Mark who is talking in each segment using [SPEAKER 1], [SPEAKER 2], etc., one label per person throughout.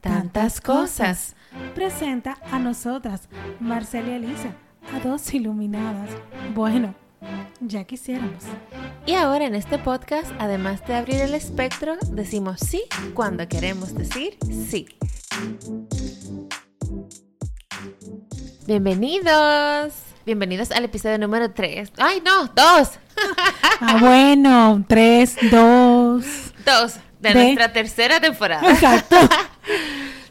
[SPEAKER 1] tantas cosas.
[SPEAKER 2] Presenta a nosotras, Marcela y Elisa, a dos iluminadas. Bueno, ya quisiéramos.
[SPEAKER 1] Y ahora en este podcast, además de abrir el espectro, decimos sí cuando queremos decir sí. Bienvenidos. Bienvenidos al episodio número 3. Ay, no, 2.
[SPEAKER 2] Ah, bueno, tres, dos.
[SPEAKER 1] 2 de,
[SPEAKER 2] De-
[SPEAKER 1] nuestra tercera temporada.
[SPEAKER 2] Exacto.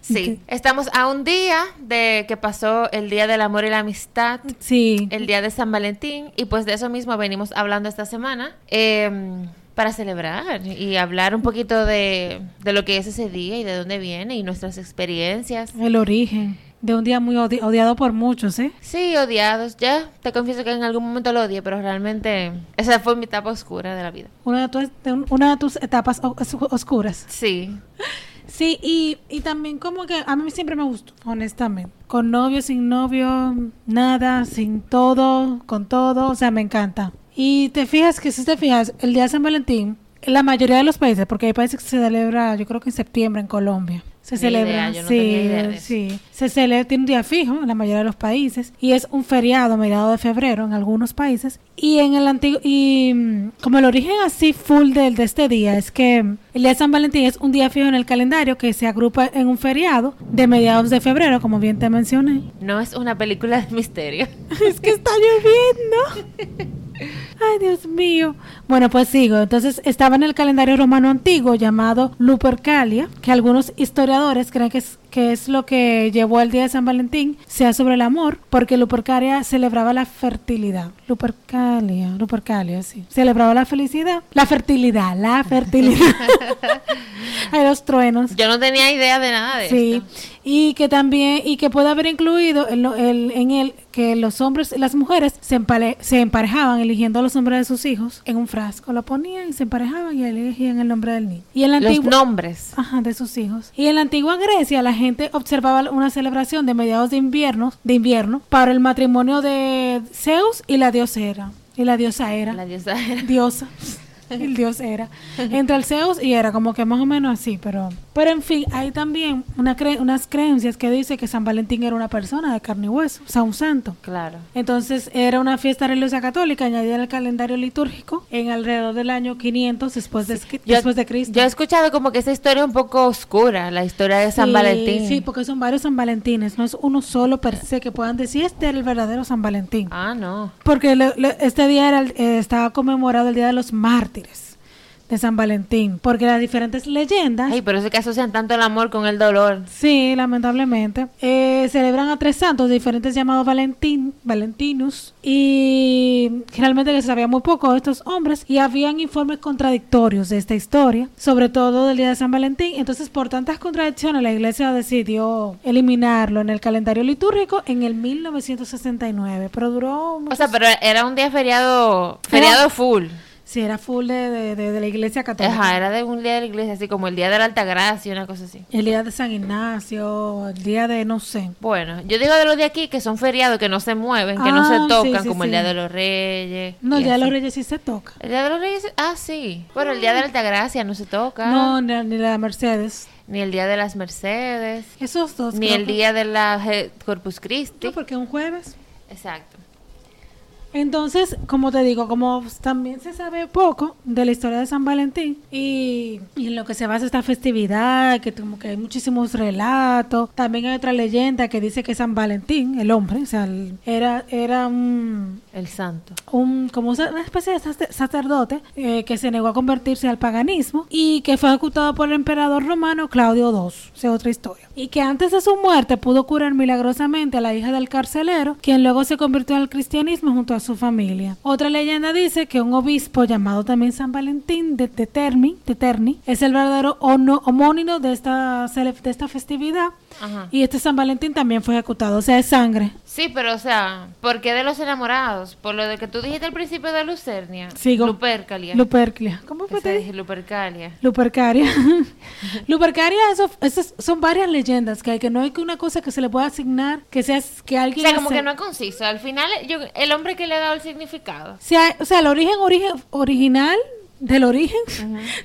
[SPEAKER 1] Sí, estamos a un día de que pasó el Día del Amor y la Amistad.
[SPEAKER 2] Sí.
[SPEAKER 1] el día de San Valentín y pues de eso mismo venimos hablando esta semana eh, para celebrar y hablar un poquito de, de lo que es ese día y de dónde viene y nuestras experiencias.
[SPEAKER 2] El origen de un día muy odi- odiado por muchos, ¿eh?
[SPEAKER 1] Sí, odiados. Ya te confieso que en algún momento lo odié, pero realmente esa fue mi etapa oscura de la vida.
[SPEAKER 2] Una de tus, de un- una de tus etapas o- os- oscuras.
[SPEAKER 1] Sí,
[SPEAKER 2] Sí, y, y también como que a mí siempre me gustó, honestamente. Con novio, sin novio, nada, sin todo, con todo, o sea, me encanta. Y te fijas que si te fijas, el día de San Valentín, en la mayoría de los países, porque hay países que se celebra, yo creo que en septiembre en Colombia. Se
[SPEAKER 1] Ni idea,
[SPEAKER 2] celebra,
[SPEAKER 1] yo no
[SPEAKER 2] sí,
[SPEAKER 1] tenía idea de eso.
[SPEAKER 2] sí. Se celebra, tiene un día fijo en la mayoría de los países y es un feriado, mediado de febrero en algunos países. Y en el antiguo, y mm, como el origen así full del de este día es que mm, el día de San Valentín es un día fijo en el calendario que se agrupa en un feriado de mediados de febrero, como bien te mencioné.
[SPEAKER 1] no es una película de misterio.
[SPEAKER 2] Es que está lloviendo. Ay, Dios mío. Bueno, pues sigo. Entonces estaba en el calendario romano antiguo llamado Lupercalia, que algunos historiadores creen que es, que es lo que llevó el día de San Valentín, sea sobre el amor, porque Lupercalia celebraba la fertilidad. Lupercalia, Lupercalia, sí. Celebraba la felicidad. La fertilidad, la fertilidad. Hay los truenos.
[SPEAKER 1] Yo no tenía idea de nada de
[SPEAKER 2] Sí,
[SPEAKER 1] esto.
[SPEAKER 2] y que también, y que puede haber incluido en, lo- el- en él que los hombres y las mujeres se, empale- se emparejaban eligiendo a los hombres de sus hijos en un frasco, lo ponían y se emparejaban y elegían el nombre del niño. Y en la
[SPEAKER 1] Los
[SPEAKER 2] antigua,
[SPEAKER 1] nombres.
[SPEAKER 2] Ajá, de sus hijos. Y en la antigua Grecia la gente observaba una celebración de mediados de invierno, de invierno para el matrimonio de Zeus y la diosera. Y la diosa era
[SPEAKER 1] La diosa era-
[SPEAKER 2] diosa. El dios era. Entre el Zeus y era, como que más o menos así, pero... Pero en fin, hay también una cre- unas creencias que dice que San Valentín era una persona de carne y hueso, o sea, un santo.
[SPEAKER 1] Claro.
[SPEAKER 2] Entonces era una fiesta religiosa católica añadida al calendario litúrgico en alrededor del año 500 después de,
[SPEAKER 1] Yo-
[SPEAKER 2] después de Cristo.
[SPEAKER 1] Yo he escuchado como que esa historia un poco oscura, la historia de San
[SPEAKER 2] Sí,
[SPEAKER 1] Valentín.
[SPEAKER 2] Sí, porque son varios San Valentines, no es uno solo per se que puedan decir este era el verdadero San Valentín.
[SPEAKER 1] Ah, no.
[SPEAKER 2] Porque lo- lo- este día era, el- eh, estaba conmemorado el Día de los Mártires de San Valentín, porque las diferentes leyendas,
[SPEAKER 1] Ay, pero eso que asocian tanto el amor con el dolor.
[SPEAKER 2] sí, lamentablemente, eh, celebran a tres santos diferentes llamados Valentín, Valentinus, y realmente que se sabía muy poco de estos hombres y habían informes contradictorios de esta historia, sobre todo del Día de San Valentín, entonces por tantas contradicciones la iglesia decidió eliminarlo en el calendario litúrgico en el 1969, pero duró...
[SPEAKER 1] O
[SPEAKER 2] muchos
[SPEAKER 1] sea, pero era un día feriado, feriado full.
[SPEAKER 2] Sí, era full de, de- de- de la iglesia católica.
[SPEAKER 1] Ajá, era de un día de la iglesia, así como el día de la Altagracia, una cosa así.
[SPEAKER 2] El día de San Ignacio, el día de no sé.
[SPEAKER 1] Bueno, yo digo de los de aquí que son feriados, que no se mueven, que no
[SPEAKER 2] Ah,
[SPEAKER 1] se
[SPEAKER 2] sí,
[SPEAKER 1] tocan,
[SPEAKER 2] sí,
[SPEAKER 1] como el
[SPEAKER 2] sí.
[SPEAKER 1] día de los reyes.
[SPEAKER 2] No,
[SPEAKER 1] y
[SPEAKER 2] el día de
[SPEAKER 1] así.
[SPEAKER 2] los Reyes sí se toca.
[SPEAKER 1] El día de los reyes, ah, sí. Bueno, el día de la Altagracia no se toca.
[SPEAKER 2] No, ni, ni la de Mercedes.
[SPEAKER 1] Ni el día de las Mercedes.
[SPEAKER 2] Esos dos.
[SPEAKER 1] Ni
[SPEAKER 2] creo
[SPEAKER 1] el
[SPEAKER 2] que-
[SPEAKER 1] día de la Je- Corpus Christi.
[SPEAKER 2] No, porque es un jueves.
[SPEAKER 1] Exacto.
[SPEAKER 2] Entonces, como te digo, como también se sabe poco de la historia de San Valentín y, y en lo que se basa esta festividad, que como que hay muchísimos relatos, también hay otra leyenda que dice que San Valentín, el hombre, o sea, el- era, era un,
[SPEAKER 1] El santo.
[SPEAKER 2] un, como sa- una especie de sacer- sacerdote eh, que se negó a convertirse al paganismo y que fue ejecutado por el emperador romano Claudio II, es otra historia. Y que antes de su muerte pudo curar milagrosamente a la hija del carcelero, quien luego se convirtió al cristianismo junto a su familia. Otra leyenda dice que un obispo llamado también San Valentín de, de Terni, de Terni, es el verdadero ono- homónimo de esta, cele- de esta festividad.
[SPEAKER 1] Ajá.
[SPEAKER 2] Y este San Valentín también fue ejecutado, o sea, es sangre.
[SPEAKER 1] Sí, pero o sea, ¿por qué de los enamorados? Por lo de que tú dijiste al principio de Lucernia.
[SPEAKER 2] Sigo.
[SPEAKER 1] Lupercalia.
[SPEAKER 2] Lupercalia. ¿Cómo fue
[SPEAKER 1] O
[SPEAKER 2] que
[SPEAKER 1] sea,
[SPEAKER 2] te
[SPEAKER 1] dije Lupercalia.
[SPEAKER 2] Lupercaria. Lupercaria, eso, esas son varias leyendas que hay, que no hay que una cosa que se le pueda asignar, que sea que
[SPEAKER 1] O
[SPEAKER 2] alguien...
[SPEAKER 1] sea, como
[SPEAKER 2] hace-
[SPEAKER 1] que no es conciso. Al final, yo- el hombre que le ha dado el significado.
[SPEAKER 2] Si hay- o sea, el origen, origen original del origen,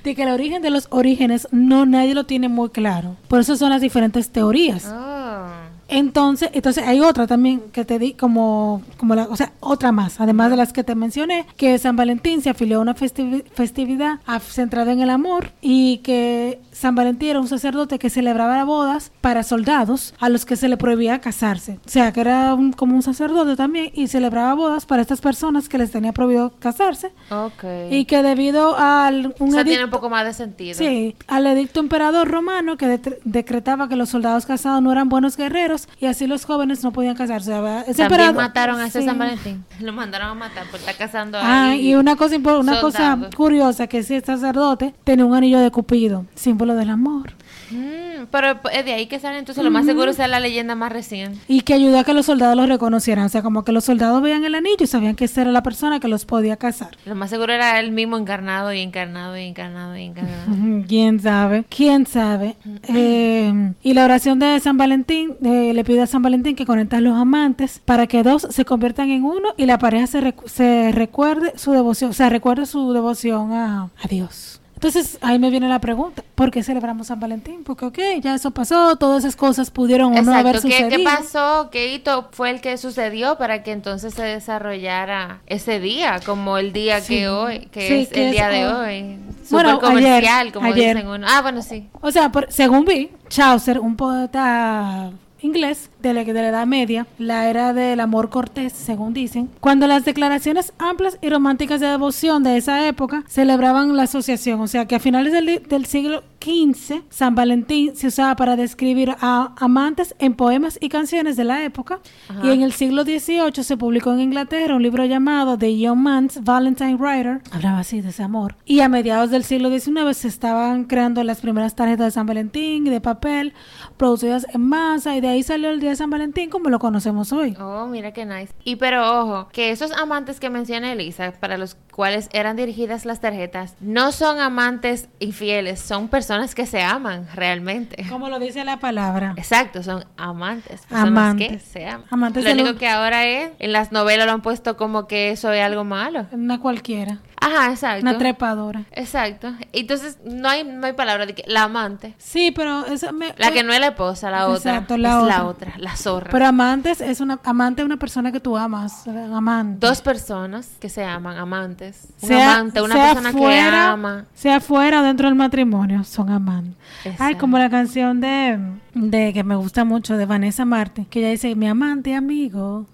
[SPEAKER 2] de que el origen de los orígenes no nadie lo tiene muy claro. Por eso son las diferentes teorías.
[SPEAKER 1] Ah.
[SPEAKER 2] Entonces, entonces hay otra también que te di como, como la, o sea, otra más, además de las que te mencioné, que San Valentín se afilió a una festivi- festividad af- centrada en el amor y que San Valentín era un sacerdote que celebraba bodas para soldados a los que se le prohibía casarse. O sea, que era un- como un sacerdote también y celebraba bodas para estas personas que les tenía prohibido casarse
[SPEAKER 1] Ok.
[SPEAKER 2] y que debido al un
[SPEAKER 1] o sea, tiene
[SPEAKER 2] edicto-
[SPEAKER 1] un poco más de sentido.
[SPEAKER 2] Sí, al edicto emperador romano que detr- decretaba que los soldados casados no eran buenos guerreros y así los jóvenes no podían casarse. ¿verdad? Ese
[SPEAKER 1] También
[SPEAKER 2] emperador-
[SPEAKER 1] mataron a ese
[SPEAKER 2] sí.
[SPEAKER 1] San Valentín. Lo mandaron a matar pues, por estar casando a
[SPEAKER 2] Ah, y una cosa impo- una cosa
[SPEAKER 1] soldados.
[SPEAKER 2] curiosa que sí, el sacerdote tenía un anillo de Cupido, símbolo del amor,
[SPEAKER 1] Mm, pero es de ahí que sale entonces lo más seguro sea la leyenda más reciente.
[SPEAKER 2] y que ayudó a que los soldados lo reconocieran, o sea, como que los soldados veían el anillo y sabían que esa era la persona que los podía casar.
[SPEAKER 1] Lo más seguro era el mismo encarnado y encarnado y encarnado y encarnado.
[SPEAKER 2] Ujú, ¿Quién sabe? ¿Quién sabe? Eh, y la oración de San Valentín eh, le pide a San Valentín que conecte a los amantes para que dos se conviertan en uno y la pareja se, recu- se recuerde su devoción, o sea, recuerde su devoción a, a Dios. Entonces, ahí me viene la pregunta, ¿por qué celebramos San Valentín? Porque, ok, ya eso pasó, todas esas cosas pudieron o no haber
[SPEAKER 1] Exacto. ¿Qué,
[SPEAKER 2] sucedido.
[SPEAKER 1] ¿Qué pasó? ¿Qué hito fue el que sucedió para que entonces se desarrollara ese día, como el día
[SPEAKER 2] Sí.
[SPEAKER 1] que hoy, que
[SPEAKER 2] Sí,
[SPEAKER 1] es
[SPEAKER 2] que
[SPEAKER 1] el
[SPEAKER 2] es
[SPEAKER 1] día de
[SPEAKER 2] hoy.
[SPEAKER 1] hoy? Súper
[SPEAKER 2] Bueno, ayer,
[SPEAKER 1] comercial, como
[SPEAKER 2] ayer.
[SPEAKER 1] dicen uno. Ah, bueno, sí.
[SPEAKER 2] O sea, por- según vi, Chaucer, un poeta inglés de la, de la Edad Media, la era del amor cortés, según dicen, cuando las declaraciones amplias y románticas de devoción de esa época celebraban la asociación, o sea que a finales del, del siglo XV, San Valentín se usaba para describir a amantes en poemas y canciones de la época,
[SPEAKER 1] Ajá.
[SPEAKER 2] y en el siglo XVIII se publicó en Inglaterra un libro llamado The Young Man's Valentine Writer, hablaba así de ese amor, y a mediados del siglo XIX se estaban creando las primeras tarjetas de San Valentín y de papel, producidas en masa, y de ahí salió el Día de San Valentín como lo conocemos hoy.
[SPEAKER 1] Oh, mira qué nice. Y pero ojo, que esos amantes que menciona Elisa, para los cuales eran dirigidas las tarjetas, no son amantes infieles, son personas que se aman realmente.
[SPEAKER 2] Como lo dice la palabra.
[SPEAKER 1] Exacto, son amantes. Personas
[SPEAKER 2] Amantes.
[SPEAKER 1] que se aman.
[SPEAKER 2] Amantes
[SPEAKER 1] lo
[SPEAKER 2] de
[SPEAKER 1] único
[SPEAKER 2] lo-
[SPEAKER 1] que ahora es, en las novelas lo han puesto como que eso es algo malo.
[SPEAKER 2] Una cualquiera,
[SPEAKER 1] Ajá, exacto.
[SPEAKER 2] una trepadora.
[SPEAKER 1] Exacto. Entonces, no hay, no hay palabra de que la amante.
[SPEAKER 2] Sí, pero eso me...
[SPEAKER 1] La que no es la esposa, la otra.
[SPEAKER 2] Pues Exacto, la
[SPEAKER 1] es
[SPEAKER 2] otra.
[SPEAKER 1] la otra, la zorra.
[SPEAKER 2] Pero amantes es una amante es una persona que tú amas, amante.
[SPEAKER 1] Dos personas que se aman, amantes. Un
[SPEAKER 2] Sea-
[SPEAKER 1] amante, una
[SPEAKER 2] sea
[SPEAKER 1] persona que
[SPEAKER 2] fuera-
[SPEAKER 1] ama.
[SPEAKER 2] Sea fuera o dentro del matrimonio, son amantes. Ay,
[SPEAKER 1] Exacto.
[SPEAKER 2] como la canción de, de que me gusta mucho de Vanessa Marte, que ella dice, mi amante, amigo.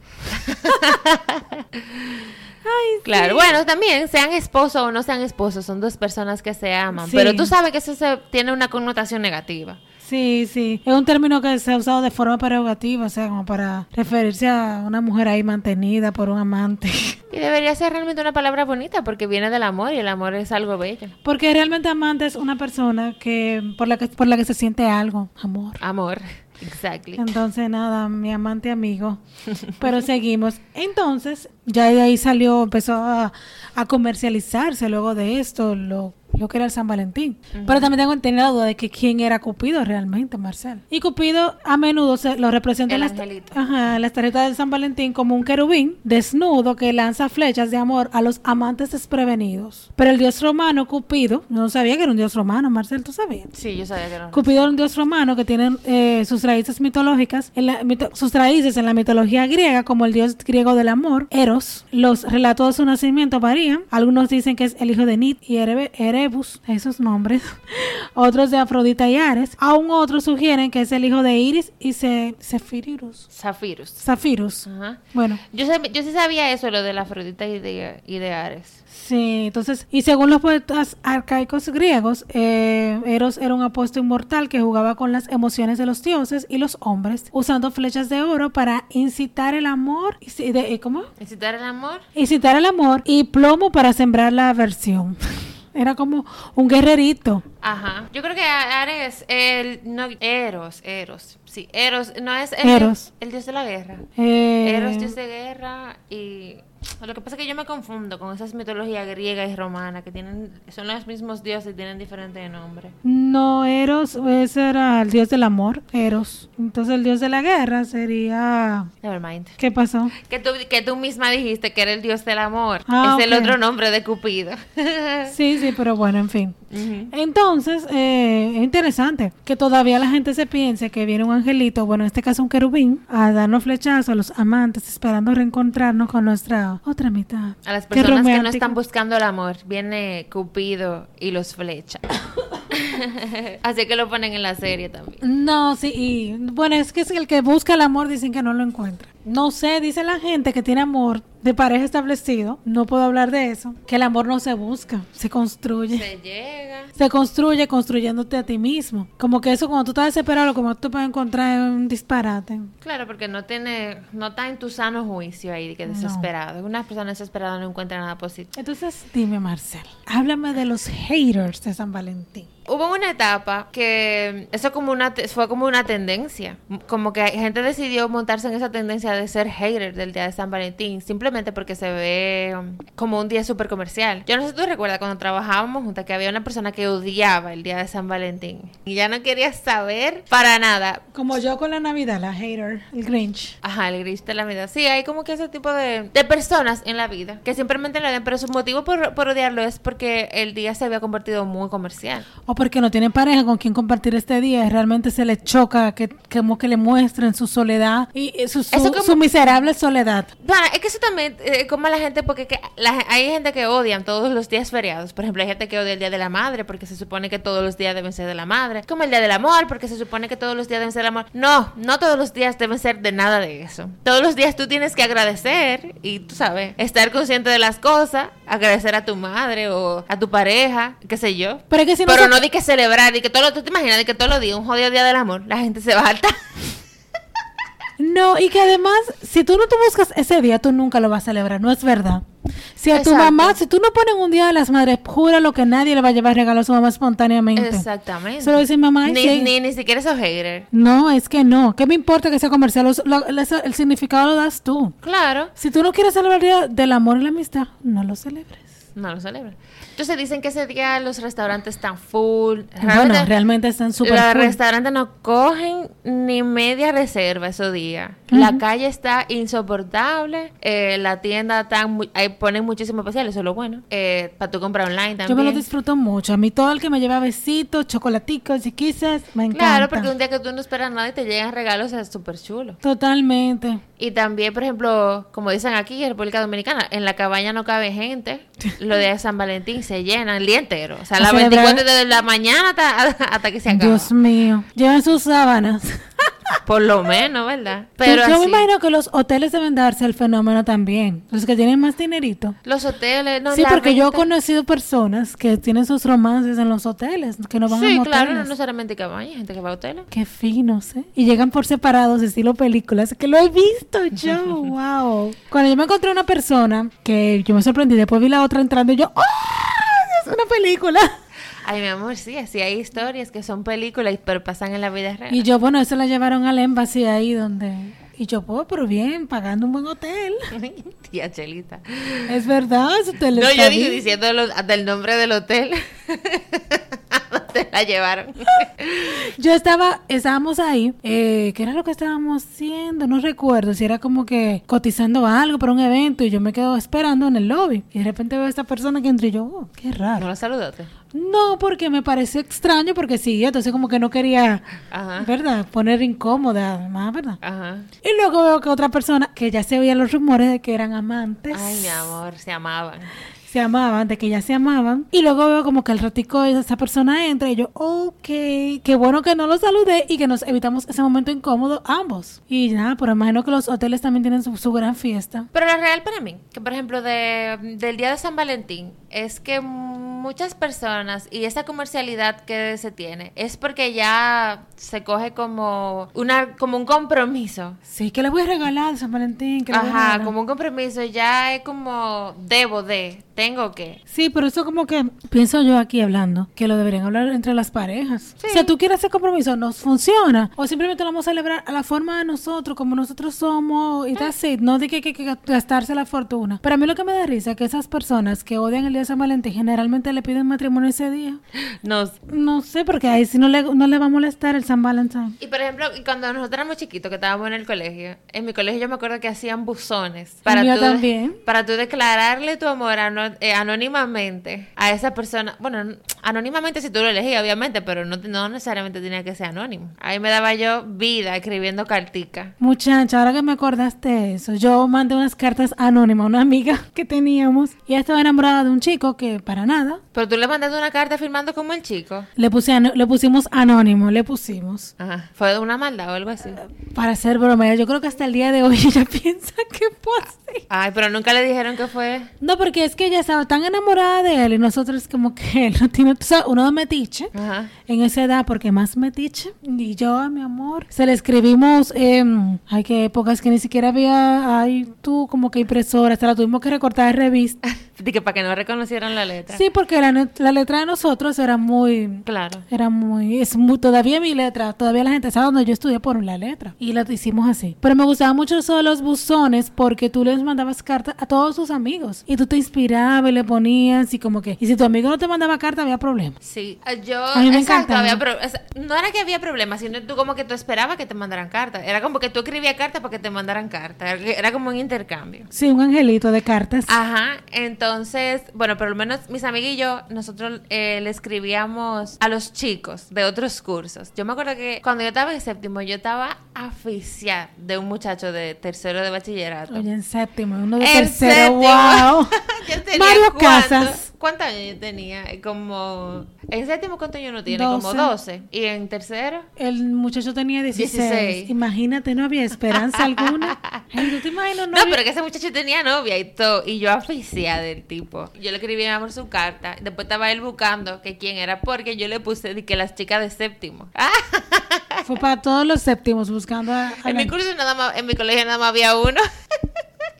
[SPEAKER 2] Ay,
[SPEAKER 1] Claro, bueno, también sean esposos o no sean esposos, son dos personas que se aman.
[SPEAKER 2] Sí.
[SPEAKER 1] Pero tú sabes que eso se- tiene una connotación negativa.
[SPEAKER 2] sí, sí. Es un término que se ha usado de forma perogativa, o sea, como para referirse a una mujer ahí mantenida por un amante.
[SPEAKER 1] Y debería ser realmente una palabra bonita porque viene del amor y el amor es algo bello.
[SPEAKER 2] Porque realmente amante es una persona que por la que, por la que se siente algo, amor.
[SPEAKER 1] Amor, exactly.
[SPEAKER 2] Entonces, nada, mi amante amigo. Pero seguimos. Entonces, ya de ahí salió, empezó a, a comercializarse luego de esto, lo, lo que era el San Valentín. Pero también tengo tenía la duda de que quién era Cupido realmente, Marcel. Y Cupido a menudo se lo representa en
[SPEAKER 1] El
[SPEAKER 2] las,
[SPEAKER 1] angelito.
[SPEAKER 2] ajá, en las tarjetas de San Valentín como un querubín desnudo que lanza flechas de amor a los amantes desprevenidos. Pero el dios romano, Cupido, no sabía que era un dios romano, Marcel, ¿tú sabías?
[SPEAKER 1] Sí, yo sabía que no.
[SPEAKER 2] Cupido era un dios romano que tiene eh, sus raíces mitológicas, en la, mito- sus raíces en la mitología griega, como el dios griego del amor, Eros. Los relatos de su nacimiento varían. Algunos dicen que es el hijo de Nit y Erebe- Erebus, esos nombres. otros de Afrodita y Ares. Aún otros sugieren que es el hijo de Iris y Se- Sefirus.
[SPEAKER 1] Zafirus.
[SPEAKER 2] Zafirus.
[SPEAKER 1] Ajá.
[SPEAKER 2] Bueno.
[SPEAKER 1] Yo, sab- yo sí sabía eso, lo de la Afrodita y de, y de Ares.
[SPEAKER 2] Sí, entonces, y según los poetas arcaicos griegos, eh, Eros era un apóstol inmortal que jugaba con las emociones de los dioses y los hombres, usando flechas de oro para incitar el amor, y si- de- eh, ¿cómo?
[SPEAKER 1] Incitar el amor.
[SPEAKER 2] Incitar el amor y plomo para sembrar la aversión. Era como un guerrerito.
[SPEAKER 1] Ajá. Yo creo que A- Ares, el, no, Eros, Eros. Sí, Eros, no es el,
[SPEAKER 2] Eros.
[SPEAKER 1] el dios de la guerra.
[SPEAKER 2] Eh,
[SPEAKER 1] Eros, dios de guerra y Lo que pasa es que yo me confundo con esas mitologías griega y romana que tienen son los mismos dioses y tienen diferente nombre.
[SPEAKER 2] No, Eros, ese era el dios del amor, Eros. Entonces el dios de la guerra sería...
[SPEAKER 1] Never mind.
[SPEAKER 2] ¿Qué pasó?
[SPEAKER 1] Que tú, que tú misma dijiste que era el dios del amor.
[SPEAKER 2] Ah,
[SPEAKER 1] es el
[SPEAKER 2] ok.
[SPEAKER 1] otro nombre de Cupido.
[SPEAKER 2] Sí, sí, pero bueno, en fin.
[SPEAKER 1] Ujú.
[SPEAKER 2] Entonces, eh, es interesante que todavía la gente se piense que viene un angelito, bueno, en este caso un querubín, a darnos flechazos a los amantes, esperando reencontrarnos con nuestra otra mitad.
[SPEAKER 1] A las
[SPEAKER 2] Qué
[SPEAKER 1] personas que no
[SPEAKER 2] romántico.
[SPEAKER 1] están buscando el amor, viene Cupido y los flecha. Así que lo ponen en la serie también.
[SPEAKER 2] No, sí, y bueno, es que es el que busca el amor dicen que no lo encuentra. No sé, dice la gente que tiene amor de pareja establecido, no puedo hablar de eso, que el amor no se busca, se construye.
[SPEAKER 1] Se llega.
[SPEAKER 2] Se construye construyéndote a ti mismo. Como que eso cuando tú estás desesperado, lo que más tú puedes encontrar es un disparate.
[SPEAKER 1] Claro, porque no tiene, no está en tu sano juicio ahí, de que desesperado. Una persona desesperada no encuentra nada positivo.
[SPEAKER 2] Entonces, dime, Marcel, háblame de los haters de San Valentín.
[SPEAKER 1] Hubo una etapa que eso como una te- fue como una tendencia, como que gente decidió montarse en esa tendencia de ser hater del día de San Valentín, simplemente porque se ve um, como un día súper comercial. Yo no sé si tú recuerdas cuando trabajábamos juntas que había una persona que odiaba el día de San Valentín y ya no quería saber para nada.
[SPEAKER 2] Como yo con la Navidad, la hater, el Grinch.
[SPEAKER 1] Ajá, el gris de la vida. Sí, hay como que ese tipo de, de personas en la vida que simplemente lo odian, pero su motivo por, por odiarlo es porque el día se había convertido muy comercial.
[SPEAKER 2] O porque no tienen pareja con quien compartir este día, y realmente se les choca que, que como que le muestren su soledad y eh, su, su-
[SPEAKER 1] Eso como-
[SPEAKER 2] su miserable soledad.
[SPEAKER 1] Bueno, es que eso también eh, como la gente, porque que la gen- hay gente que odian todos los días feriados. Por ejemplo, hay gente que odia el Día de la Madre porque se supone que todos los días deben ser de la Madre. Como el Día del Amor porque se supone que todos los días deben ser del amor. No, no todos los días deben ser de nada de eso. Todos los días tú tienes que agradecer y tú sabes, estar consciente de las cosas, agradecer a tu madre o a tu pareja, qué sé yo.
[SPEAKER 2] Pero es que si no
[SPEAKER 1] Pero
[SPEAKER 2] se-
[SPEAKER 1] no di que celebrar, di que todo lo, tú te imaginas, di que todos los días, un jodido día del amor, la gente se va a hartar.
[SPEAKER 2] No, y que además, si tú no te buscas ese día, tú nunca lo vas a celebrar, no es verdad. Si a tu
[SPEAKER 1] Exacto.
[SPEAKER 2] mamá, si tú no pones un día de las madres, júralo que nadie le va a llevar regalo a su mamá espontáneamente.
[SPEAKER 1] Exactamente.
[SPEAKER 2] Solo dice mamá, ay,
[SPEAKER 1] ni,
[SPEAKER 2] sí.
[SPEAKER 1] ni, ni siquiera esos haters.
[SPEAKER 2] No, es que no. ¿Qué me importa que sea comercial? Los- lo- les- el significado lo das tú.
[SPEAKER 1] Claro,
[SPEAKER 2] Si tú no quieres celebrar el día del amor y la amistad, no lo celebres.
[SPEAKER 1] no lo celebran. Entonces dicen que ese día los restaurantes están full.
[SPEAKER 2] bueno, realmente están súper
[SPEAKER 1] Los
[SPEAKER 2] full.
[SPEAKER 1] restaurantes no cogen ni media reserva ese día. La calle está insoportable. eh, la tienda está mu- ahí ponen muchísimo especial, eso es lo bueno. Eh, para tú comprar online también.
[SPEAKER 2] Yo me lo disfruto mucho. A mí todo el que me lleva besitos, chocolaticos, chiquisas, me encanta.
[SPEAKER 1] Claro, porque un día que tú no esperas nada y te llegan regalos es súper chulo.
[SPEAKER 2] Totalmente.
[SPEAKER 1] Y también, por ejemplo, como dicen aquí en República Dominicana, en la cabaña no cabe gente. Lo de San Valentín se llena el día entero. O sea,
[SPEAKER 2] A
[SPEAKER 1] la
[SPEAKER 2] celebrar.
[SPEAKER 1] 24 de la mañana hasta, hasta que se acaba.
[SPEAKER 2] Dios mío. Llevan sus sábanas.
[SPEAKER 1] Por lo menos, ¿verdad?
[SPEAKER 2] Pero
[SPEAKER 1] Pero
[SPEAKER 2] yo, me
[SPEAKER 1] así,
[SPEAKER 2] imagino que los hoteles deben darse el fenómeno también. Los que tienen más dinerito.
[SPEAKER 1] los hoteles, no
[SPEAKER 2] sí,
[SPEAKER 1] la
[SPEAKER 2] porque yo he
[SPEAKER 1] renta.
[SPEAKER 2] conocido personas que tienen sus romances en los hoteles, que no van a
[SPEAKER 1] Sí,
[SPEAKER 2] moteles.
[SPEAKER 1] claro, no necesariamente cabaña, hay gente que va a hoteles.
[SPEAKER 2] Qué finos, ¿eh? Y llegan por separados, estilo películas, que lo he visto yo, wow. Cuando yo me encontré una persona que yo me sorprendí, después vi la otra entrando y yo, ¡ah! Es una película.
[SPEAKER 1] Ay, mi amor, sí, así hay historias que son películas, pero pasan en la vida real.
[SPEAKER 2] Y yo, bueno, eso la llevaron al embassy ahí donde... Y yo, pues, pero bien, pagando un buen hotel.
[SPEAKER 1] Tía Chelita.
[SPEAKER 2] Es verdad, su hotel
[SPEAKER 1] No,
[SPEAKER 2] está
[SPEAKER 1] yo dije
[SPEAKER 2] bien.
[SPEAKER 1] diciendo lo- hasta el nombre del hotel. ¿Dónde la llevaron?
[SPEAKER 2] Yo estaba, estábamos ahí, eh, ¿qué era lo que estábamos haciendo? No recuerdo, si era como que cotizando algo para un evento y yo me quedo esperando en el lobby. Y de repente veo a esta persona que entró y yo, oh, qué
[SPEAKER 1] No
[SPEAKER 2] raro.
[SPEAKER 1] lo saludaste.
[SPEAKER 2] No, porque me pareció extraño porque sí, entonces como que no quería,
[SPEAKER 1] Ajá.
[SPEAKER 2] ¿verdad? Poner incómoda, además, ¿verdad?
[SPEAKER 1] Ajá.
[SPEAKER 2] Y luego veo que otra persona, que ya se oían los rumores de que eran amantes,
[SPEAKER 1] Ay, mi amor, se amaban.
[SPEAKER 2] se amaban, de que ya se amaban. Y luego veo como que al ratico esa persona entra y yo, ok, qué bueno que no los saludé y que nos evitamos ese momento incómodo ambos. Y nada, pero imagino que los hoteles también tienen su, su gran fiesta.
[SPEAKER 1] Pero la real para mí, que por ejemplo de, del día de San Valentín, es que mm, muchas personas y esa comercialidad que se tiene es porque ya se coge como una como un compromiso.
[SPEAKER 2] Sí, que le voy a regalar San Valentín. Que le voy a
[SPEAKER 1] Ajá,
[SPEAKER 2] regalar.
[SPEAKER 1] como un compromiso, ya es como debo de, tengo que.
[SPEAKER 2] Sí, pero eso como que pienso yo aquí hablando, que lo deberían hablar entre las parejas.
[SPEAKER 1] Sí.
[SPEAKER 2] O sea, tú quieres hacer compromiso, nos funciona. O simplemente lo vamos a celebrar a la forma de nosotros, como nosotros somos y that's it. No de que, que, que gastarse la fortuna. Pero a mí lo que me da risa es que esas personas que odian el día de San Valentín generalmente le piden matrimonio ese día.
[SPEAKER 1] Nos
[SPEAKER 2] No sé, porque ahí sí no le, no le va a molestar el San Valentín.
[SPEAKER 1] Y por ejemplo, y cuando nosotros éramos chiquitos, que estábamos en el colegio, en mi colegio yo me acuerdo que hacían buzones para
[SPEAKER 2] mío
[SPEAKER 1] tú,
[SPEAKER 2] también.
[SPEAKER 1] para tú declararle tu amor ano- eh, anónimamente a esa persona. Bueno, n- anónimamente si tú lo elegías, obviamente, pero no, no necesariamente tenía que ser anónimo. Ahí me daba yo vida escribiendo cartica.
[SPEAKER 2] Muchacha, ahora que me acordaste de eso, yo mandé unas cartas anónimas a una amiga que teníamos y ella estaba enamorada de un chico que para nada
[SPEAKER 1] Pero tú le mandaste una carta firmando como el chico.
[SPEAKER 2] Le, puse ano- le pusimos anónimo, le pusimos.
[SPEAKER 1] Ajá. Fue una maldad o algo así.
[SPEAKER 2] Para ser broma, yo creo que hasta el día de hoy ella piensa que fue así.
[SPEAKER 1] Ay, pero nunca le dijeron que fue.
[SPEAKER 2] No, porque es que ella estaba tan enamorada de él y nosotros como que él no tiene... O sea, uno de metiche
[SPEAKER 1] Ajá.
[SPEAKER 2] en esa edad porque más metiche. Y yo, mi amor, se le escribimos... Eh, hay que épocas que ni siquiera había... Ay, tú como que impresora, hasta la tuvimos que recortar de revista.
[SPEAKER 1] De que para que no reconocieran la letra.
[SPEAKER 2] Sí, porque la, net- la letra de nosotros era muy...
[SPEAKER 1] Claro.
[SPEAKER 2] Era muy, es muy, todavía mi letra, todavía la gente sabe donde yo estudié por la letra. Y lo hicimos así. Pero me gustaba mucho eso de los buzones porque tú les mandabas cartas a todos tus amigos. Y tú te inspirabas y le ponías y como que, y si tu amigo no te mandaba carta había problema.
[SPEAKER 1] Sí, eh, yo
[SPEAKER 2] A mí me
[SPEAKER 1] exacto,
[SPEAKER 2] encantaba.
[SPEAKER 1] había pro- o sea, no era que había problemas, sino tú como que tú esperabas que te mandaran cartas, era como que tú escribías cartas para que te mandaran cartas, era era como un intercambio.
[SPEAKER 2] Sí, un angelito de cartas.
[SPEAKER 1] Ah. Ajá, entonces, bueno, por lo menos mis amigas y yo, nosotros eh, le escribíamos a los chicos de otros cursos. Yo me acuerdo que cuando yo estaba en séptimo, yo estaba aficiada de un muchacho de tercero de bachillerato.
[SPEAKER 2] Oye, en séptimo, uno de
[SPEAKER 1] El
[SPEAKER 2] tercero,
[SPEAKER 1] séptimo.
[SPEAKER 2] wow.
[SPEAKER 1] Yo tenía
[SPEAKER 2] Mario
[SPEAKER 1] cuánto-
[SPEAKER 2] Casas.
[SPEAKER 1] ¿Cuántos años yo tenía? Eh, Como. En séptimo, ¿cuántos años uno tiene?
[SPEAKER 2] Doce.
[SPEAKER 1] Como 12. ¿Y en tercero?
[SPEAKER 2] El muchacho tenía 16.
[SPEAKER 1] 16.
[SPEAKER 2] Imagínate, no había esperanza alguna. Ay, ¿tú te imaginas?
[SPEAKER 1] No,
[SPEAKER 2] había-
[SPEAKER 1] pero que ese muchacho tenía novia y todo. Y yo aficiada del tipo. Yo le escribí a mi amor su carta. Después estaba él buscando que quién era porque yo le puse de que las chicas de séptimo. Ah,
[SPEAKER 2] Fue para todos los séptimos buscando a- a
[SPEAKER 1] en mi
[SPEAKER 2] la-
[SPEAKER 1] curso nada más, en mi colegio nada más había uno.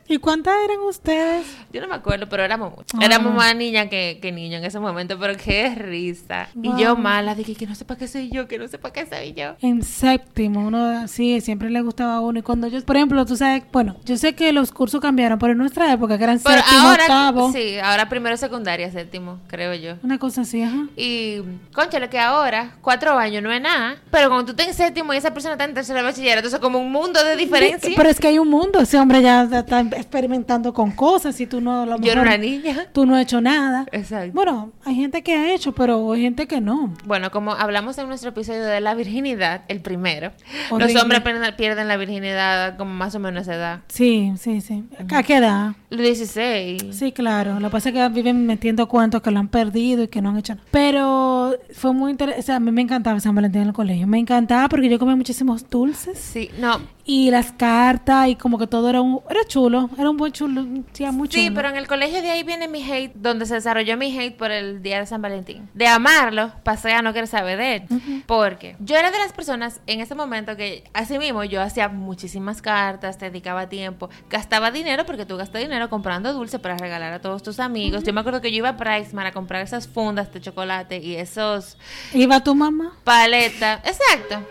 [SPEAKER 2] ¿Y cuántas eran ustedes?
[SPEAKER 1] Yo no me acuerdo, pero éramos muchos.
[SPEAKER 2] Ah.
[SPEAKER 1] Éramos más niña que, que niño en ese momento, pero qué risa.
[SPEAKER 2] Wow.
[SPEAKER 1] Y yo mala, dije que no sé para qué soy yo, que no sé para qué soy yo.
[SPEAKER 2] En séptimo, uno sí, siempre le gustaba a uno. Y cuando yo, por ejemplo, tú sabes, bueno, yo sé que los cursos cambiaron, pero en nuestra época, que eran
[SPEAKER 1] Pero
[SPEAKER 2] séptimo,
[SPEAKER 1] ahora,
[SPEAKER 2] octavo,
[SPEAKER 1] sí, ahora primero secundaria, séptimo, creo yo.
[SPEAKER 2] una cosa así, ajá.
[SPEAKER 1] Y, concha, lo que ahora, cuatro años no es nada, pero cuando tú estás en séptimo y esa persona está en tercero de bachillerato, entonces como un mundo de diferencia.
[SPEAKER 2] Pero es que hay un mundo, ese hombre ya está experimentando con cosas y tú no, a lo
[SPEAKER 1] Yo era
[SPEAKER 2] mejor,
[SPEAKER 1] una niña.
[SPEAKER 2] tú no has hecho nada.
[SPEAKER 1] Exacto.
[SPEAKER 2] Bueno, hay gente que ha hecho, pero hay gente que no.
[SPEAKER 1] Bueno, como hablamos en nuestro episodio de la virginidad, el primero,
[SPEAKER 2] Horrible.
[SPEAKER 1] los hombres pierden, pierden la virginidad como más o menos a esa edad.
[SPEAKER 2] Sí, sí, sí. ¿A qué edad?
[SPEAKER 1] Los 16.
[SPEAKER 2] Sí, claro. Lo que pasa es que viven metiendo cuentos que lo han perdido y que no han hecho nada. Pero fue muy interesante. O sea, a mí me encantaba San Valentín en el colegio. Me encantaba porque yo comía muchísimos dulces
[SPEAKER 1] Sí, no.
[SPEAKER 2] y las cartas y como que todo era un... Era chulo. Era un buen chulo. un día muy chulo.
[SPEAKER 1] Sí, pero en el colegio de ahí viene mi hate, donde se desarrolló mi hate por el día de San Valentín. De amarlo, pasé a no querer saber de él. Porque yo era de las personas en ese momento que, así mismo, yo hacía muchísimas cartas, te dedicaba tiempo, gastaba dinero, porque tú gastas dinero comprando dulce para regalar a todos tus amigos. Yo me acuerdo que yo iba a Priceman a comprar esas fundas de chocolate y esos
[SPEAKER 2] Iba tu mamá.
[SPEAKER 1] paletas. Exacto.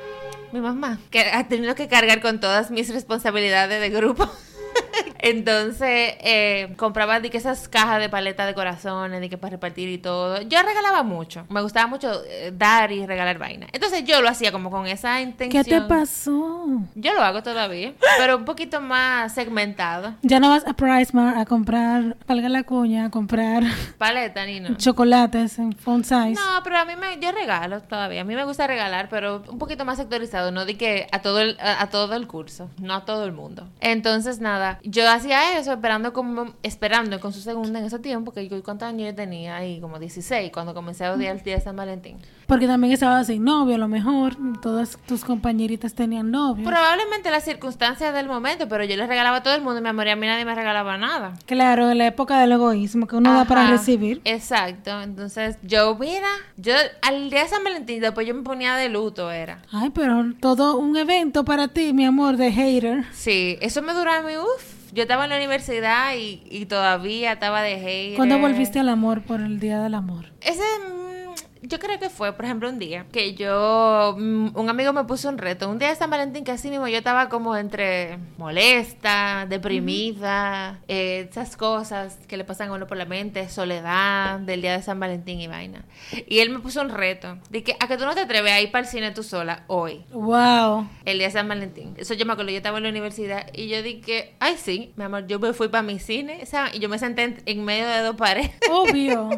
[SPEAKER 1] Mi mamá, que ha tenido que cargar con todas mis responsabilidades de grupo. Entonces, eh, compraba de que esas cajas de paleta de corazones, de que para repartir y todo. Yo regalaba mucho. Me gustaba mucho eh, dar y regalar vaina. Entonces, yo lo hacía como con esa intención.
[SPEAKER 2] ¿Qué te pasó?
[SPEAKER 1] Yo lo hago todavía, pero un poquito más segmentado.
[SPEAKER 2] Ya no vas a Pricemark a comprar, valga la cuña, a comprar
[SPEAKER 1] Paleta, Nino.
[SPEAKER 2] chocolates en font size.
[SPEAKER 1] No, pero a mí me, yo regalo todavía. A mí me gusta regalar, pero un poquito más sectorizado, no di que a todo el, a, a todo el curso, no a todo el mundo. Entonces, nada, yo hacía eso esperando como esperando con su segunda en ese tiempo, que yo cuántos años yo tenía ahí, como 16, cuando comencé a odiar el día de San Valentín.
[SPEAKER 2] Porque también estaba sin novio, a lo mejor. Todas tus compañeritas tenían novio.
[SPEAKER 1] Probablemente las circunstancias del momento, pero yo les regalaba a todo el mundo y mi amor, y a mí nadie me regalaba nada.
[SPEAKER 2] Claro, en la época del egoísmo, que uno da para
[SPEAKER 1] Ajá,
[SPEAKER 2] recibir.
[SPEAKER 1] Exacto. Entonces, yo, mira, yo al día de San Valentín, después yo me ponía de luto, era.
[SPEAKER 2] Ay, pero todo un evento para ti, mi amor, de hater.
[SPEAKER 1] Sí, eso me duró a mí, uff. Yo estaba en la universidad y, y todavía estaba de hate.
[SPEAKER 2] ¿Cuándo volviste al amor por el Día del Amor?
[SPEAKER 1] Ese, mm, yo creo que fue, por ejemplo, un día que yo, mm, un amigo me puso un reto. Un día de San Valentín que así mismo yo estaba como entre molesta, deprimida, eh, esas cosas que le pasan a uno por la mente, soledad del día de San Valentín y vaina. Y él me puso un reto de que a que tú no te atreves a ir para el cine tú sola hoy.
[SPEAKER 2] Wow.
[SPEAKER 1] El día de San Valentín. Eso yo me acuerdo, yo estaba en la universidad y yo dije, ay sí, mi amor, yo me fui para mi cine, ¿sabes? Y yo me senté en, en medio de dos paredes
[SPEAKER 2] Obvio.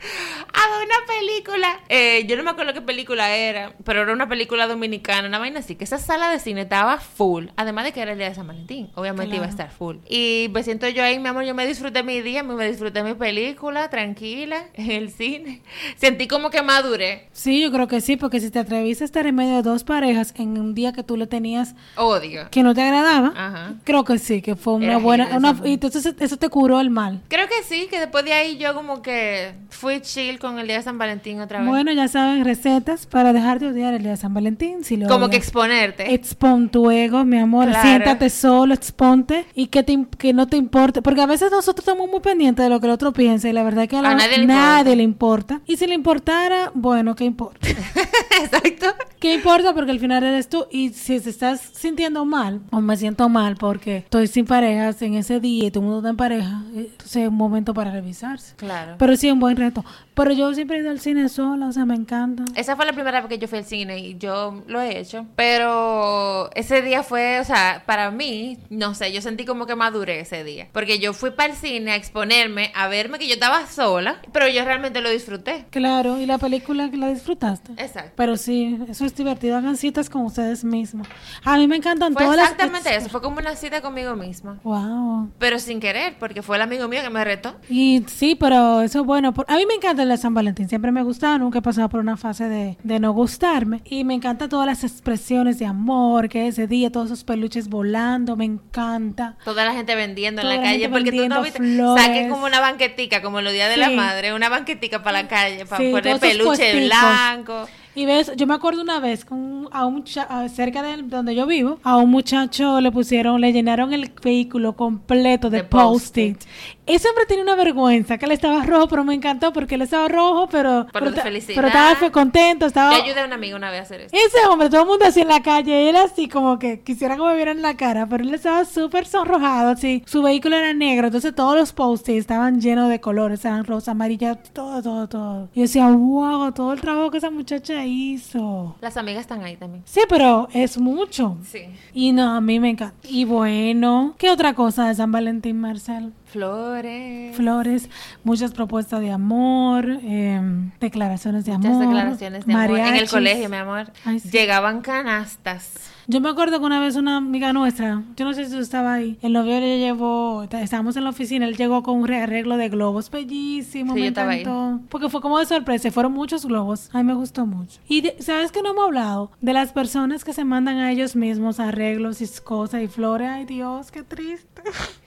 [SPEAKER 1] a ver una película. Eh, yo no me acuerdo qué película era, pero era una película dominicana, una vaina así, que esa sala de cine estaba full. Además de que era el día de San Valentín, obviamente iba a estar full. Y me siento yo ahí, mi amor, yo me disfruté mi día, me disfruté mi película, tranquila, en el cine. Sentí como que maduré.
[SPEAKER 2] Sí, yo creo que sí, porque si te atreviste a estar en medio de dos parejas en un día que tú le tenías
[SPEAKER 1] Odio.
[SPEAKER 2] que no te agradaba,
[SPEAKER 1] Ajá.
[SPEAKER 2] creo que sí, que fue una
[SPEAKER 1] Era
[SPEAKER 2] buena...
[SPEAKER 1] hater,
[SPEAKER 2] Una,
[SPEAKER 1] sí.
[SPEAKER 2] y entonces eso te curó el mal.
[SPEAKER 1] Creo que sí, que después de ahí yo como que fui chill con el día de San Valentín otra vez.
[SPEAKER 2] Bueno, ya saben, recetas para dejar de odiar el Día de San Valentín. Si lo
[SPEAKER 1] como que
[SPEAKER 2] odias.
[SPEAKER 1] exponerte.
[SPEAKER 2] Expon tu ego, mi amor.
[SPEAKER 1] Claro.
[SPEAKER 2] Siéntate solo, exponte y que, te, im- que no te importe. Porque a veces nosotros estamos muy pendientes de lo que el otro piensa y la verdad es que a,
[SPEAKER 1] A
[SPEAKER 2] la-
[SPEAKER 1] nadie le
[SPEAKER 2] le importa. Y si le importara, bueno, ¿qué importa?
[SPEAKER 1] Exacto.
[SPEAKER 2] ¿Qué importa? Porque al final eres tú. Y si te estás sintiendo mal, o me siento mal porque estoy sin parejas en ese día y todo el mundo está en pareja, eh, entonces es un momento para revisarse.
[SPEAKER 1] Claro.
[SPEAKER 2] Pero sí, un buen reto. Pero yo siempre he ido al cine sola, o sea, me encanta.
[SPEAKER 1] Esa fue la primera vez que yo fui al cine y yo lo he hecho. Pero ese día fue, o sea, para mí, no sé, yo sentí como que maduré ese día. Porque yo fui para el cine a exponerme, a verme que yo estaba sola, pero yo realmente lo disfruté.
[SPEAKER 2] Claro, y la película que la disfrutaste.
[SPEAKER 1] Exacto.
[SPEAKER 2] Pero sí, eso es divertido. Hagan citas con ustedes mismos. A mí me encantan
[SPEAKER 1] Fue
[SPEAKER 2] todas las.
[SPEAKER 1] exactamente eso, fue como una cita conmigo misma.
[SPEAKER 2] Wow.
[SPEAKER 1] Pero sin querer, porque fue el amigo mío que me retó.
[SPEAKER 2] Y sí, pero eso es bueno. Por- A mí me encanta el de San Valentín. Siempre me ha gustado. Nunca he pasado por una fase de, de no gustarme. Y me encantan todas las expresiones de amor que ese día, todos esos peluches volando. Me encanta.
[SPEAKER 1] Toda la gente vendiendo
[SPEAKER 2] Toda
[SPEAKER 1] en la
[SPEAKER 2] la
[SPEAKER 1] calle,
[SPEAKER 2] gente
[SPEAKER 1] porque tú
[SPEAKER 2] vendiendo
[SPEAKER 1] no viste,
[SPEAKER 2] flores.
[SPEAKER 1] saquen como una banquetica, como los días de la
[SPEAKER 2] Sí.
[SPEAKER 1] madre, una banquetica para la calle, para
[SPEAKER 2] Sí,
[SPEAKER 1] poner
[SPEAKER 2] todos esos
[SPEAKER 1] peluche
[SPEAKER 2] puesticos.
[SPEAKER 1] blanco.
[SPEAKER 2] Y ves, yo me acuerdo una vez con- a un cha- a- cerca de donde yo vivo, a un muchacho le pusieron, le llenaron el vehículo completo de,
[SPEAKER 1] De
[SPEAKER 2] post-it.
[SPEAKER 1] post-it.
[SPEAKER 2] Él siempre tiene una vergüenza, que él estaba rojo, pero me encantó porque él estaba rojo, pero
[SPEAKER 1] Pero de
[SPEAKER 2] ta-
[SPEAKER 1] felicidad.
[SPEAKER 2] pero estaba fe- contento, estaba
[SPEAKER 1] Yo ayudé a un amigo una vez a hacer eso.
[SPEAKER 2] ese hombre, todo el mundo así en la calle, él así como que quisiera que me vieran la cara, pero él estaba súper sonrojado, así. Su vehículo era negro, entonces todos los post estaban llenos de colores, eran rosa, amarilla, todo, todo, todo. Y yo decía, wow, todo el trabajo que esa muchacha hizo.
[SPEAKER 1] Las amigas están ahí también.
[SPEAKER 2] Sí, pero es mucho.
[SPEAKER 1] Sí.
[SPEAKER 2] Y no, a mí me encanta. Y bueno, ¿qué otra cosa de San Valentín, Marcel?
[SPEAKER 1] Flores.
[SPEAKER 2] Flores, muchas propuestas de amor, eh, declaraciones de
[SPEAKER 1] Muchas
[SPEAKER 2] amor.
[SPEAKER 1] declaraciones de amor. En el
[SPEAKER 2] mariachis.
[SPEAKER 1] colegio, mi amor.
[SPEAKER 2] Ay, sí.
[SPEAKER 1] Llegaban canastas.
[SPEAKER 2] Yo me acuerdo que una vez una amiga nuestra, yo no sé si tú estabas ahí, el novio le llevó, ta- estábamos en la oficina, él llegó con un re- arreglo de globos bellísimo,
[SPEAKER 1] Sí,
[SPEAKER 2] me
[SPEAKER 1] yo estaba ahí.
[SPEAKER 2] encantó. Porque fue como de sorpresa, y fueron muchos globos, a mí me gustó mucho. Y de- sabes que no hemos hablado de las personas que se mandan a ellos mismos arreglos y cosas y flores, ay Dios, qué triste.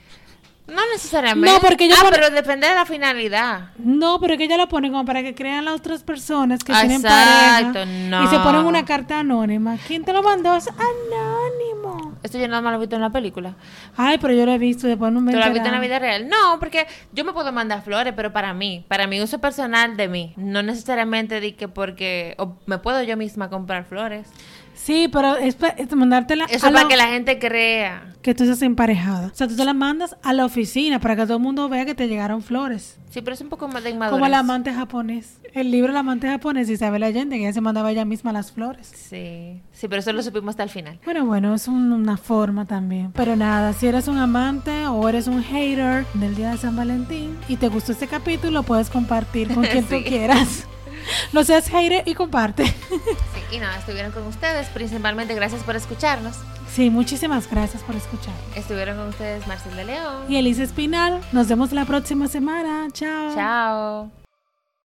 [SPEAKER 1] No necesariamente.
[SPEAKER 2] No, porque yo
[SPEAKER 1] Ah,
[SPEAKER 2] por-
[SPEAKER 1] pero depende de la finalidad.
[SPEAKER 2] No, pero es que ella lo pone como para que crean las otras personas que tienen
[SPEAKER 1] Exacto,
[SPEAKER 2] pareja
[SPEAKER 1] no.
[SPEAKER 2] y se ponen una carta anónima. ¿Quién te lo mandó? Es anónimo.
[SPEAKER 1] Esto yo nada más lo he visto en la película.
[SPEAKER 2] Ay, pero yo lo he visto, después no me
[SPEAKER 1] ¿Tú lo has visto en
[SPEAKER 2] enteraba.
[SPEAKER 1] la vida real? No, porque yo me puedo mandar flores, pero para mí, para mi uso personal de mí. No necesariamente di que porque o me puedo yo misma comprar flores.
[SPEAKER 2] Sí, pero es, pa- es mandártela
[SPEAKER 1] Eso
[SPEAKER 2] a
[SPEAKER 1] es para
[SPEAKER 2] la-
[SPEAKER 1] que la gente crea.
[SPEAKER 2] que tú estás emparejada. O sea, tú te la mandas a la oficina para que todo el mundo vea que te llegaron flores.
[SPEAKER 1] Sí, pero es un poco más de inmadurez.
[SPEAKER 2] Como el amante japonés. El libro El amante japonés de Isabel Allende, que ella se mandaba ella misma las flores.
[SPEAKER 1] Sí. Sí, pero eso lo supimos hasta el final.
[SPEAKER 2] Bueno, bueno, es un- una forma también. Pero nada, si eres un amante o eres un hater del Día de San Valentín y te gustó este capítulo, puedes compartir con quien tú
[SPEAKER 1] Sí.
[SPEAKER 2] quieras. No seas hater y comparte.
[SPEAKER 1] Sí, y nada, estuvieron con ustedes. Principalmente gracias por escucharnos.
[SPEAKER 2] Sí, muchísimas gracias por escuchar.
[SPEAKER 1] Estuvieron con ustedes Marcel de León.
[SPEAKER 2] Y Elisa Espinal, nos vemos la próxima semana. Chao.
[SPEAKER 1] Chao.